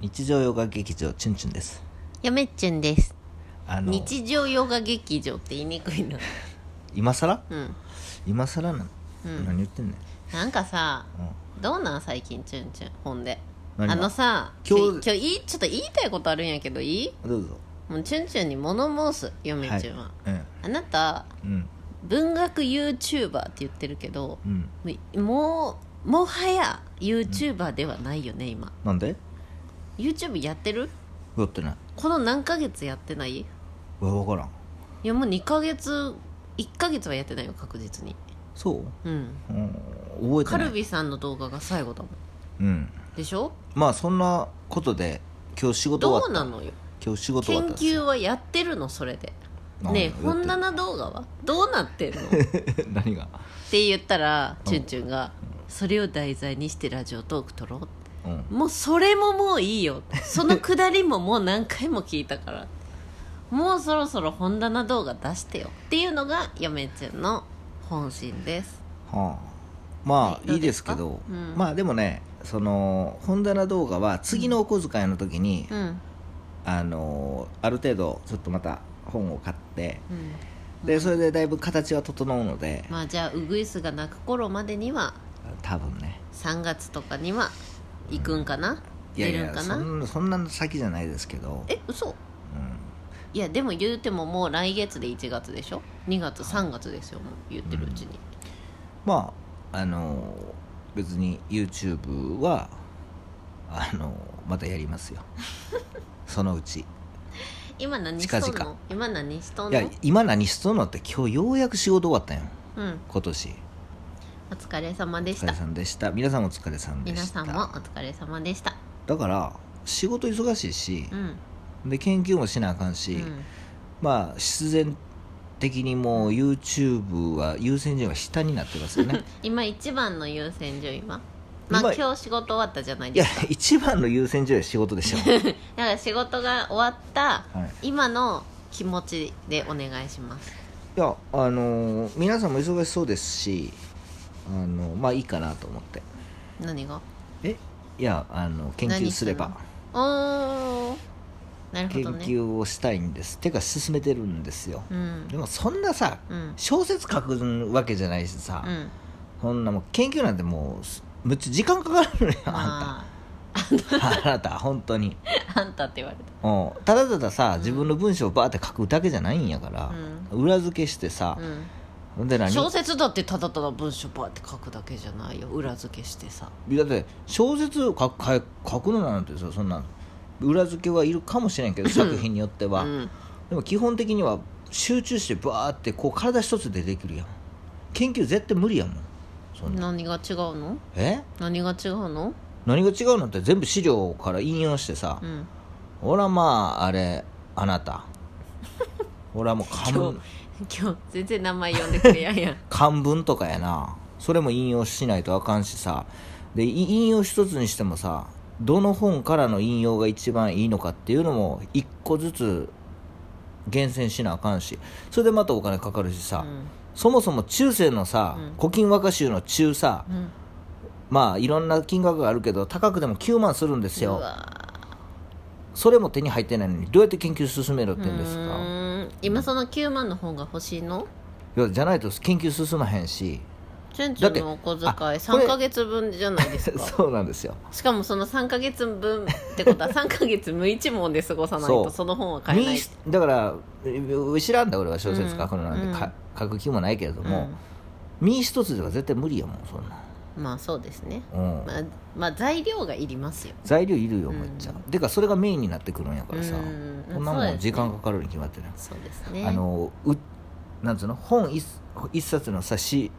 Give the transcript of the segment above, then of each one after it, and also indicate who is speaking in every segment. Speaker 1: 日常ヨガ劇場チュンチュンです
Speaker 2: やめっちゅんです
Speaker 1: あの
Speaker 2: 日常ヨガ劇場って言いに くいな
Speaker 1: 今更
Speaker 2: うん
Speaker 1: 今更なの、
Speaker 2: うん
Speaker 1: 何言ってんねん、
Speaker 2: なんかさ
Speaker 1: うん
Speaker 2: どうなん最近チュンチュンほんで
Speaker 1: 何が
Speaker 2: あのさ
Speaker 1: 今日
Speaker 2: 今日今日いいちょっと言いたいことあるんやけどいい
Speaker 1: どうぞ
Speaker 2: もうチュンチュンに物申すやめっちゅんは、
Speaker 1: うん
Speaker 2: あなた
Speaker 1: うん
Speaker 2: 文学 YouTuber って言ってるけど
Speaker 1: うん
Speaker 2: もうもはや YouTuber ではないよね今
Speaker 1: なんで
Speaker 2: YouTube やってる
Speaker 1: やってない
Speaker 2: この何ヶ月やってないう
Speaker 1: わ分からん
Speaker 2: いやもう2ヶ月1ヶ月はやってないよ確実に
Speaker 1: そう、
Speaker 2: うん
Speaker 1: うん、覚えて
Speaker 2: カ
Speaker 1: ない
Speaker 2: ルビさんの動画が最後だもん
Speaker 1: うん
Speaker 2: でしょ
Speaker 1: まあそんなことで今日仕事終わ
Speaker 2: ど
Speaker 1: った
Speaker 2: うなのよ
Speaker 1: 今日仕事終わ
Speaker 2: 研
Speaker 1: ったんです
Speaker 2: 究
Speaker 1: よ
Speaker 2: はやってるのそれで
Speaker 1: なんだ
Speaker 2: ねえ
Speaker 1: やってる
Speaker 2: 本棚動画はどうなってんのっ
Speaker 1: 何が
Speaker 2: て言ったらチュンチュンが「それを題材にしてラジオトーク撮ろう」
Speaker 1: うん
Speaker 2: もうそれももういいよそのくだりももう何回も聞いたから もうそろそろ本棚動画出してよっていうのが嫁ちゃんの本心です
Speaker 1: はあま
Speaker 2: はい
Speaker 1: あ、
Speaker 2: ど
Speaker 1: いういで
Speaker 2: ですす
Speaker 1: け
Speaker 2: か
Speaker 1: ど、
Speaker 2: うん
Speaker 1: まあでもねその本棚動画は次のお小遣いの時に、
Speaker 2: うん
Speaker 1: あのある程度ちょっとまた本を買って
Speaker 2: うん
Speaker 1: でそれでだいぶ形は整うので、
Speaker 2: まあじゃあウグイスが鳴く頃までには
Speaker 1: 多分ね
Speaker 2: 3月とかには行くんかな、
Speaker 1: いやい
Speaker 2: 出るん
Speaker 1: や
Speaker 2: か
Speaker 1: そ
Speaker 2: なん
Speaker 1: なそんな先じゃないですけど、
Speaker 2: え嘘
Speaker 1: う
Speaker 2: いやでも言うてももう来月で1月でしょ2月3月ですよもう言ってるうちに、
Speaker 1: ん、まああの別に YouTube はあのまたやりますよ そのうち
Speaker 2: 今何しとんの
Speaker 1: 近々
Speaker 2: 今何しとん
Speaker 1: い
Speaker 2: の
Speaker 1: や今何しとんのって今日ようやく仕事終わったんよ
Speaker 2: うん
Speaker 1: 今年
Speaker 2: お疲れ様で
Speaker 1: お
Speaker 2: し
Speaker 1: 疲れ
Speaker 2: た
Speaker 1: さんでした皆さんお疲れさんでした
Speaker 2: 皆さんもお疲れ様でした
Speaker 1: だから仕事忙しいし
Speaker 2: う、ん、
Speaker 1: で研究もしなあかん
Speaker 2: う
Speaker 1: し、
Speaker 2: ん、
Speaker 1: まあ必然的にもう YouTube は優先順位は下になってますよ ね
Speaker 2: 今一番の優先順位はまあ
Speaker 1: 今
Speaker 2: 今日仕事終わったじゃない
Speaker 1: いや
Speaker 2: ですか
Speaker 1: 一番の優先順位は仕事でしょ、
Speaker 2: だから仕事が終わった
Speaker 1: はい、
Speaker 2: 今の気持ちでお願いします
Speaker 1: いやあのー皆さんも忙しそうですしあのまあいいかなと思って
Speaker 2: 何が
Speaker 1: えいやあの研究すれば
Speaker 2: 何おーなるほ
Speaker 1: 研
Speaker 2: どね
Speaker 1: 究をしたいんです、てか進めてるんですよ、
Speaker 2: うん
Speaker 1: でもそんなさ
Speaker 2: うん
Speaker 1: 小説書くわけじゃないしさ、
Speaker 2: うん
Speaker 1: そんなもう研究なんてもうすむっちゃ時間かかるのよあ
Speaker 2: ま
Speaker 1: んた あなた本当に
Speaker 2: ああんたって言われた
Speaker 1: うんただたださ自分の文章をバーって書くだけじゃないんやから、裏付けしてさ、
Speaker 2: う
Speaker 1: ほんで
Speaker 2: ん、
Speaker 1: 何
Speaker 2: 小説だってただただ文章バーって書くだけじゃないよ裏付けしてさ
Speaker 1: だって小説を書く書書くのなんてさそんな裏付けはいるかもしれんけど作品によっては、
Speaker 2: うん、
Speaker 1: でも基本的には集中してバーってこう体一つでできるやん研究絶対無理やもんそんな
Speaker 2: 何が違うの
Speaker 1: え
Speaker 2: 何が違うの
Speaker 1: 何が違うのって全部資料から引用してさ
Speaker 2: うん
Speaker 1: 「ほらまああれあなた」「ほらもう漢
Speaker 2: 今日
Speaker 1: 文
Speaker 2: 今日全然名前呼んでくれやんや ん
Speaker 1: 漢文とかやなそれも引用しないとあかんしさでい引用一つにしてもさどの本からの引用が一番いいのかっていうのも一個ずつ厳選しなあかんしそれでまたお金かかるしさ、
Speaker 2: うん
Speaker 1: そもそも中世のさ、
Speaker 2: うん
Speaker 1: 古今和歌集の中さ
Speaker 2: うん
Speaker 1: まあいろんな金額があるけど高くても9万するんです
Speaker 2: う
Speaker 1: よ
Speaker 2: わ
Speaker 1: それも手に入ってないのにどうやって研究進めろっ
Speaker 2: う
Speaker 1: て言うんですか
Speaker 2: ーん今その9万の方が欲しいの
Speaker 1: いやじゃないと研究進まへんし
Speaker 2: チュンチ
Speaker 1: だ
Speaker 2: ュン
Speaker 1: って
Speaker 2: のお小遣い
Speaker 1: あこれ
Speaker 2: 3か月分じゃないですか
Speaker 1: そうなんですよ
Speaker 2: しかもその3か月分ってことは3 か月無一文で過ごさない
Speaker 1: そう
Speaker 2: とその本は買えない
Speaker 1: 民主だからう知らんだ俺は小説書くのなんて、
Speaker 2: うん
Speaker 1: か書く気もないけれども、身一つでは絶対無理やもんそんな、
Speaker 2: うんまあそうですね
Speaker 1: うん
Speaker 2: まあ、まあ材料がいりますよ
Speaker 1: 材料いるよ
Speaker 2: うん
Speaker 1: めっちゃ、てかそれがメインになってくるんやからさ、
Speaker 2: うん
Speaker 1: こんな
Speaker 2: そう
Speaker 1: も
Speaker 2: です
Speaker 1: ん
Speaker 2: ね
Speaker 1: 時間かかるに決まってない、
Speaker 2: そうですね
Speaker 1: あのうなんつうの本一一冊のさし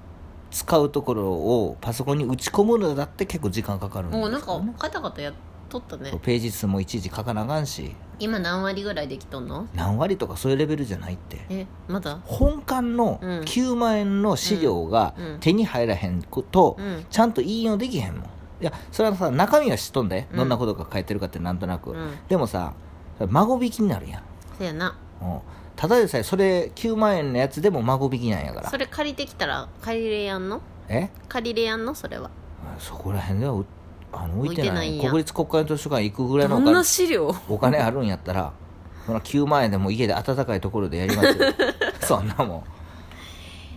Speaker 1: 使うところをパソコンに打ち込むのだって結構時間かかるんです
Speaker 2: もうなん
Speaker 1: よ
Speaker 2: か
Speaker 1: ね
Speaker 2: カタカタやっとったね
Speaker 1: ページ数もいちいち書かなあかんし
Speaker 2: 今何割ぐらいできとんの
Speaker 1: 何割とかそういうレベルじゃないって
Speaker 2: えまだ
Speaker 1: 本館の
Speaker 2: うん
Speaker 1: 9万円の資料が
Speaker 2: うん
Speaker 1: 手に入らへんこと、
Speaker 2: うん
Speaker 1: ちゃんと引用できへんもんいやそれはさ中身は知っとんで、
Speaker 2: うん
Speaker 1: どんなことが書いてるかってなんとなく、
Speaker 2: うん
Speaker 1: でもさ孫引きになるやん、
Speaker 2: そやな
Speaker 1: うん、ただでさえそれ9万円のやつでも孫引きなんやから
Speaker 2: それ借りてきたら借りれやんの
Speaker 1: え
Speaker 2: 借りれやんのそれは
Speaker 1: そこら辺ではうあの置いてない
Speaker 2: 置いてないんや
Speaker 1: 国立国会図書館行くぐらいの
Speaker 2: ど
Speaker 1: お
Speaker 2: んな
Speaker 1: 金
Speaker 2: 資料
Speaker 1: お金あるんやったらその9万円でも家で暖かいところでやります よそんなもん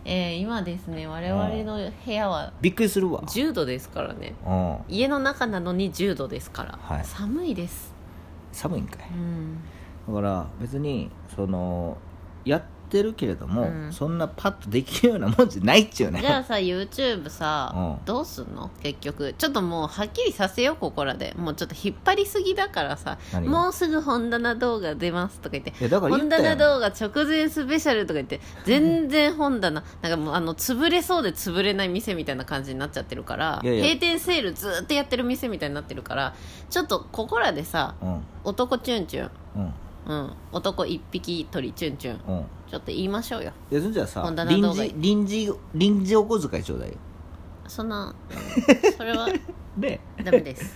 Speaker 2: えー、今ですね我々の部屋は
Speaker 1: びっくりするわ
Speaker 2: 10度ですからね
Speaker 1: うん
Speaker 2: 家の中なのに10度ですから、
Speaker 1: はい
Speaker 2: 寒いです
Speaker 1: 寒いんかい
Speaker 2: うん
Speaker 1: だから別にそのやってるけれども、
Speaker 2: うん
Speaker 1: そんなパッとできるようなもんじゃないっちゅうね
Speaker 2: じゃあさ YouTube さ、
Speaker 1: うん
Speaker 2: どうすんの結局ちょっともうはっきりさせようここらでもうちょっと引っ張りすぎだからさ
Speaker 1: 何が
Speaker 2: もうすぐ本棚動画出ますとか言って
Speaker 1: いやだから言
Speaker 2: 本
Speaker 1: ったや
Speaker 2: 棚
Speaker 1: ん
Speaker 2: 動画直前スペシャルとか言って全然本棚なんかもうあの潰れそうで潰れない店みたいな感じになっちゃってるから
Speaker 1: いやいや
Speaker 2: 閉店セールずーっとやってる店みたいになってるからちょっとここらでさ
Speaker 1: うん
Speaker 2: 男チュンチュン、
Speaker 1: うん
Speaker 2: うん、男一匹鳥チュンチュン
Speaker 1: うん
Speaker 2: ちょっと言いましょうよ
Speaker 1: いやそれじゃあさ
Speaker 2: 本棚動
Speaker 1: 臨
Speaker 2: 画
Speaker 1: 時臨時臨時お小遣いちょうだいよ
Speaker 2: そんなそれ は
Speaker 1: で
Speaker 2: ダメです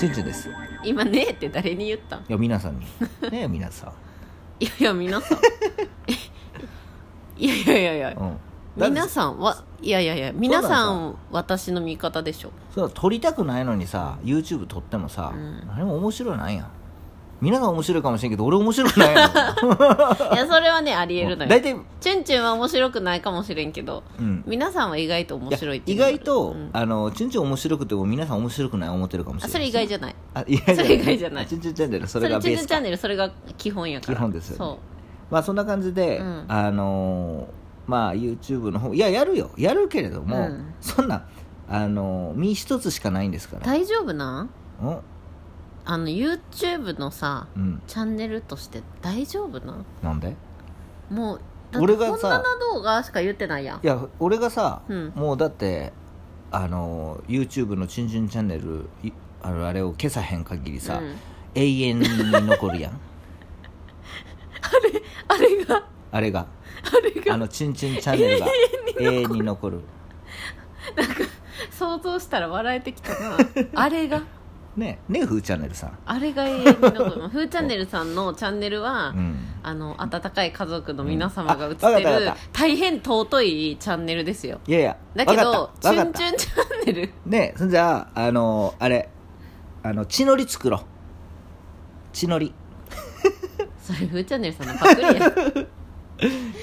Speaker 1: チュンチュンですい
Speaker 2: 今ねえって誰に言ったん
Speaker 1: や皆 さんにねえ皆さん
Speaker 2: いやいや皆さん いやいやいやいや
Speaker 1: うんだって
Speaker 2: 皆さんはいやいやいや皆さん私の味方で しょ
Speaker 1: そう撮りたくないのにさ YouTube 撮ってもさ、
Speaker 2: うん
Speaker 1: 何も面白いないやん皆さん面白いかもしれんけど俺面白くない やん
Speaker 2: いやそれはねありえるの
Speaker 1: 大
Speaker 2: よ
Speaker 1: 体、
Speaker 2: チュンチュンは面白くないかもしれんけど
Speaker 1: うん、
Speaker 2: 皆さんは意外と面白いって
Speaker 1: 意
Speaker 2: いうのがある
Speaker 1: 外と、
Speaker 2: うん
Speaker 1: あのチュンチュン面白くても皆さん面白くない思ってるかもし
Speaker 2: あ
Speaker 1: れない
Speaker 2: それ意外じゃない
Speaker 1: あ意外じゃない
Speaker 2: それ意外じゃない
Speaker 1: チュンチュンチャンネルそ
Speaker 2: そ
Speaker 1: れ
Speaker 2: れ
Speaker 1: が
Speaker 2: チ
Speaker 1: ベー
Speaker 2: ュンチュ
Speaker 1: ス
Speaker 2: ンチャ
Speaker 1: か
Speaker 2: ンネルそれが基本やから
Speaker 1: 基本ですよね
Speaker 2: そ
Speaker 1: まあそんな感じで、
Speaker 2: うん
Speaker 1: あのーまあ YouTube の方いややるよやるけれども、
Speaker 2: うん
Speaker 1: そんなあのー身一つしかないんですか
Speaker 2: う
Speaker 1: ら
Speaker 2: 大丈夫なん
Speaker 1: うん
Speaker 2: あの YouTube のさ
Speaker 1: うん
Speaker 2: チャンネルとして大丈夫なん
Speaker 1: なんで
Speaker 2: もうだって
Speaker 1: 俺が
Speaker 2: こん
Speaker 1: さ
Speaker 2: な動画しか言ってないや
Speaker 1: い
Speaker 2: ん
Speaker 1: や俺がさ、
Speaker 2: うん
Speaker 1: もうだってあのー YouTube の「チュンチュンチャンネル」いあのあれを消さへん限りさ、
Speaker 2: うん
Speaker 1: 永遠に残るやん
Speaker 2: あれが
Speaker 1: あれが
Speaker 2: あれが
Speaker 1: あの「チュンチュンチャンネル」が永遠に残る
Speaker 2: 想像したら笑えてきた なあれが
Speaker 1: ねねふーチャンネルさん
Speaker 2: あれが永遠に残るふーチャンネルさんのチャンネルは、
Speaker 1: うん
Speaker 2: あの温かい家族の皆様が映っ
Speaker 1: うんあわ
Speaker 2: て
Speaker 1: かったわ
Speaker 2: る
Speaker 1: かっ
Speaker 2: 大変尊いチャンネルですよ
Speaker 1: いやいや
Speaker 2: だけ
Speaker 1: わ
Speaker 2: ど
Speaker 1: かっ
Speaker 2: 「
Speaker 1: た
Speaker 2: チ
Speaker 1: わか
Speaker 2: ュ
Speaker 1: っ
Speaker 2: ン
Speaker 1: た
Speaker 2: チュンチャンネル
Speaker 1: ねそんじゃああのあれあの血のり作ろう血のり」
Speaker 2: それふーチャンネルさんの パクリや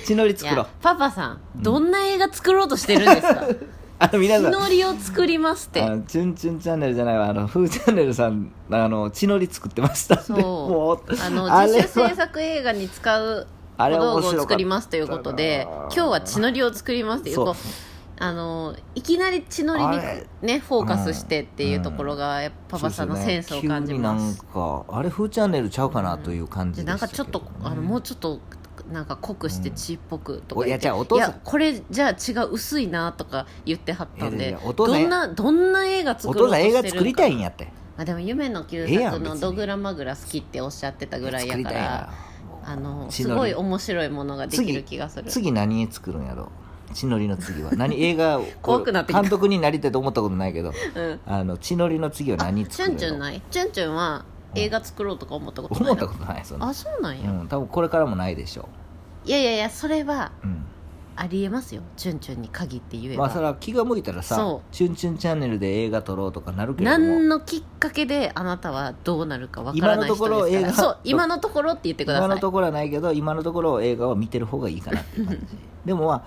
Speaker 1: 血のり
Speaker 2: い
Speaker 1: 作ろう
Speaker 2: やパパさん、どんな映画作ろうとしてるんですか
Speaker 1: あの 皆
Speaker 2: 日
Speaker 1: さん
Speaker 2: のりを作りますって
Speaker 1: あのチュンチュンチャンネルじゃないわあのフーチャンネルさんあの血のり作ってましたんで
Speaker 2: そう
Speaker 1: もう
Speaker 2: あの
Speaker 1: あれ
Speaker 2: 自主
Speaker 1: は
Speaker 2: 制作映画に使う
Speaker 1: あ
Speaker 2: 小
Speaker 1: れ面
Speaker 2: 道具
Speaker 1: 白かっ
Speaker 2: を
Speaker 1: た
Speaker 2: 作りますということで今日は血のりを作りますっていう
Speaker 1: そう
Speaker 2: こうあのいきなり血のり
Speaker 1: あれ
Speaker 2: に、ね、フォーカスしてっていうところが、やっぱパパさんのセンスを感じます
Speaker 1: そうですね急になんかあれフーチャンネルちゃうかなという感じ
Speaker 2: で
Speaker 1: で
Speaker 2: なん
Speaker 1: した
Speaker 2: か
Speaker 1: け
Speaker 2: ちょ
Speaker 1: ど
Speaker 2: っとあのもうちょっとなんか濃くして血っぽくとか言って、
Speaker 1: うんおいやじゃあお父さん
Speaker 2: いやこれじゃあ血が薄いなとか言ってはったん
Speaker 1: いやい
Speaker 2: で
Speaker 1: やお父さ
Speaker 2: ど
Speaker 1: ん
Speaker 2: んなどんな映画作
Speaker 1: お
Speaker 2: ろ
Speaker 1: 父
Speaker 2: うと
Speaker 1: さん
Speaker 2: して
Speaker 1: 映
Speaker 2: るか
Speaker 1: 画作りたいんやって
Speaker 2: まあ、でも夢の旧
Speaker 1: ええや
Speaker 2: 作
Speaker 1: ん別
Speaker 2: の
Speaker 1: に
Speaker 2: ドグラマグラ好きっておっしゃってたぐらいや
Speaker 1: 作り
Speaker 2: か
Speaker 1: たい
Speaker 2: ら
Speaker 1: な
Speaker 2: あの
Speaker 1: 血
Speaker 2: す
Speaker 1: のり
Speaker 2: ごい面白いものができる気がする
Speaker 1: 次何作るんやろ血のりの次は何映画を
Speaker 2: 怖くなってきた
Speaker 1: 監督になりたいと思ったことないけど
Speaker 2: うん
Speaker 1: あの血のりの次は何
Speaker 2: チ
Speaker 1: 作る
Speaker 2: ュン
Speaker 1: ん
Speaker 2: チ
Speaker 1: や
Speaker 2: ュ
Speaker 1: ろ
Speaker 2: ンないチュンチュンは映画作ろうとか思ったことない
Speaker 1: 思
Speaker 2: の
Speaker 1: ったことないそんな
Speaker 2: あそうなんや、
Speaker 1: うん多分これからもないでしょ
Speaker 2: いやいやいやそれは
Speaker 1: う、うん
Speaker 2: ありえますよチュンチュンに限って言えば、
Speaker 1: まあそれは気が向いたらさ
Speaker 2: そ
Speaker 1: 「チュンチュンチャンネル」で映画撮ろうとかなるけれど
Speaker 2: 何
Speaker 1: も
Speaker 2: のきっかけであなたはどうなるかわからない人ですから
Speaker 1: 今のところ映画
Speaker 2: そう今のところって言ってください
Speaker 1: 今のところはないけど今のところ映画は見てる方がいいかなっていう 感じでもまあ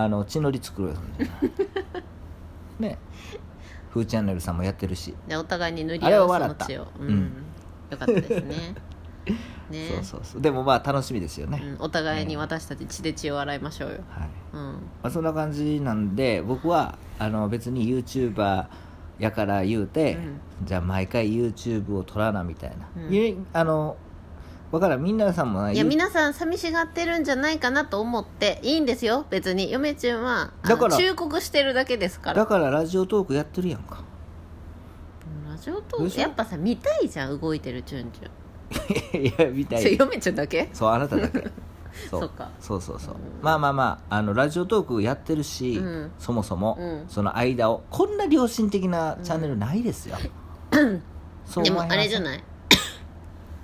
Speaker 1: あの血のり作ろうよそんなねフーチャンネルさんもやってるし
Speaker 2: でお互いに塗り
Speaker 1: あれ
Speaker 2: 合
Speaker 1: は
Speaker 2: うそ
Speaker 1: 笑
Speaker 2: の
Speaker 1: った
Speaker 2: 血を、うん
Speaker 1: うん
Speaker 2: よかったです ねね
Speaker 1: そうそうそうでもまあ楽しみですよね、
Speaker 2: うんお互いに私たち血で血を洗いましょうよ、
Speaker 1: はい
Speaker 2: うん、
Speaker 1: まあ、そんな感じなんで僕はあの別に YouTuber やから言うて、じゃあ毎回 YouTube を撮らなみたいな、
Speaker 2: うん
Speaker 1: いあのわからんみんなさんもない
Speaker 2: や皆さん寂しがってるんじゃないかなと思っていいんですよ別に嫁ちゅんはあ
Speaker 1: だ
Speaker 2: の
Speaker 1: から
Speaker 2: 忠告してるだけですから
Speaker 1: だからラジオトークやってるやん か
Speaker 2: ラジオト
Speaker 1: どう
Speaker 2: ー
Speaker 1: し
Speaker 2: ク
Speaker 1: よう
Speaker 2: やっぱさ見たいじゃん動いてるチュンチュン
Speaker 1: いやみた
Speaker 2: それ
Speaker 1: い
Speaker 2: 嫁ちゅんだけ
Speaker 1: そうあなた だけそう
Speaker 2: そっか
Speaker 1: そうそうそうまあまあまああのラジオトークやってるし、
Speaker 2: うん
Speaker 1: そもそも、
Speaker 2: うん
Speaker 1: その間をこんな良心的なチャンネルないですよ、そう
Speaker 2: で
Speaker 1: 思
Speaker 2: も
Speaker 1: い
Speaker 2: あ
Speaker 1: ません
Speaker 2: れじゃない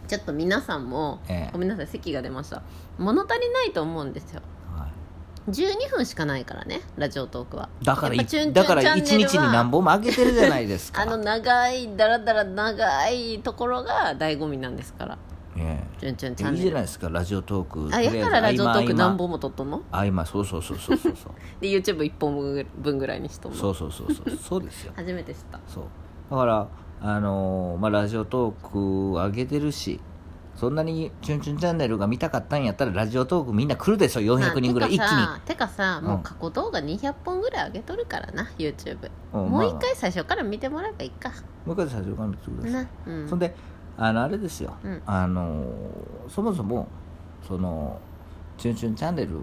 Speaker 2: ちょっと皆さんも、
Speaker 1: ええ
Speaker 2: ごめんなさい席が出ました物足りないと思うんですよ
Speaker 1: はい
Speaker 2: 12分しかないからねラジオトークは
Speaker 1: だから
Speaker 2: や
Speaker 1: い
Speaker 2: っぱチュン
Speaker 1: だから
Speaker 2: チュンチ
Speaker 1: 一
Speaker 2: ャンネルは
Speaker 1: 日に何本も上げてるじゃないですか
Speaker 2: あの長いだらだら長いところが醍醐味なんですから
Speaker 1: ね
Speaker 2: チュンチュンチャ
Speaker 1: え
Speaker 2: ン
Speaker 1: いいじ
Speaker 2: ネ
Speaker 1: ゃな
Speaker 2: ル
Speaker 1: いですかラジオトーク
Speaker 2: あやからラジオトーク何
Speaker 1: 本
Speaker 2: 本も撮っとんの
Speaker 1: あ今そうそうそうそうそうそう
Speaker 2: で YouTube1 本分ぐらいにしとん
Speaker 1: そ
Speaker 2: の
Speaker 1: うそうそうそうそうですよ
Speaker 2: 初めて知った
Speaker 1: そうだからあのーまあラジオトーク上げてるしそんなに「チュンチュンチャンネル」が見たかったんやったらラジオトークみんな来るでしょ400人ぐらい一気に
Speaker 2: あてかさてかさもう過去動画200本ぐらい上げとるからな YouTube、
Speaker 1: うん
Speaker 2: もう
Speaker 1: ま
Speaker 2: 一
Speaker 1: あ
Speaker 2: 回最初から見てもらえばいいか
Speaker 1: もう一回最初から見てください
Speaker 2: なうん
Speaker 1: そんであのあれですよ、
Speaker 2: うん
Speaker 1: あのーそもそもその「チュンチュンチャンネル」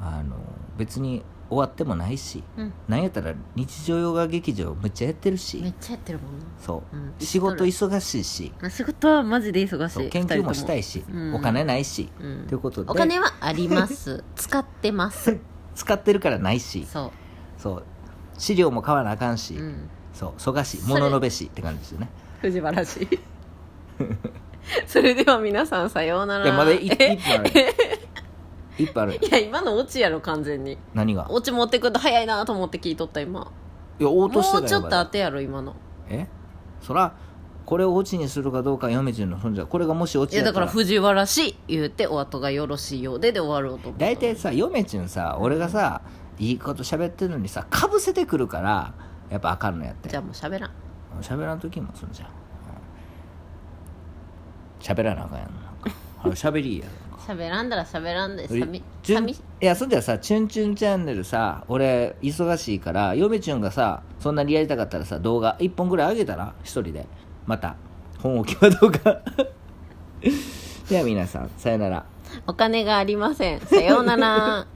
Speaker 1: あの別に終わってもないし
Speaker 2: うん
Speaker 1: なんやったら日常ヨガ劇場むっちゃやってるし、
Speaker 2: めっちゃやってるもんな
Speaker 1: そううん仕事忙しいし
Speaker 2: あ仕事はマジで忙
Speaker 1: そ
Speaker 2: し
Speaker 1: う
Speaker 2: い
Speaker 1: 研究もしたい
Speaker 2: し、
Speaker 1: し、
Speaker 2: うん
Speaker 1: お金ないし、
Speaker 2: うん
Speaker 1: ということで
Speaker 2: お金はあります使ってます
Speaker 1: 使ってるからないし
Speaker 2: そ
Speaker 1: そう資料も買わなあかん
Speaker 2: う、
Speaker 1: し、
Speaker 2: うん、
Speaker 1: そうそがし
Speaker 2: それ
Speaker 1: 物のべしって感じですよね
Speaker 2: 藤原氏 それでは皆さんさようないら
Speaker 1: やまだい
Speaker 2: い
Speaker 1: 一歩ある一歩ある
Speaker 2: や今のオチやろ完全に
Speaker 1: 何が
Speaker 2: オチ持ってくると早いなと思って聞いとった今
Speaker 1: いや応
Speaker 2: も
Speaker 1: 答
Speaker 2: う
Speaker 1: してたよ
Speaker 2: ちょっと
Speaker 1: ま
Speaker 2: 当
Speaker 1: だ
Speaker 2: てやろ今の
Speaker 1: えそらこれをオチにするかどうか嫁ちゃんの本じゃこれがもしオ
Speaker 2: い
Speaker 1: チ
Speaker 2: や
Speaker 1: や
Speaker 2: だ
Speaker 1: った
Speaker 2: から
Speaker 1: ら
Speaker 2: 藤原氏言うてお後がよろしいようでで終わろうと思った
Speaker 1: 大体さ嫁ちゃんさ俺がさいいこと喋ってるのにさかぶせてくるからやっぱあかんのやって
Speaker 2: じゃあもう喋らん
Speaker 1: 喋らん時もすんじゃんうん喋らなあかんやんなんかあの喋りいいやん
Speaker 2: 喋らんだら喋らんで
Speaker 1: え
Speaker 2: 寂
Speaker 1: チュン
Speaker 2: 寂
Speaker 1: いやそんじゃさ「チュンチュンチャンネルさ」俺忙しいから嫁チュンがさそんなにやりたかったらさ動画1本ぐらい上げたら一人でまた本置きはどうか では皆さんさよなら
Speaker 2: お金がありませんさようなら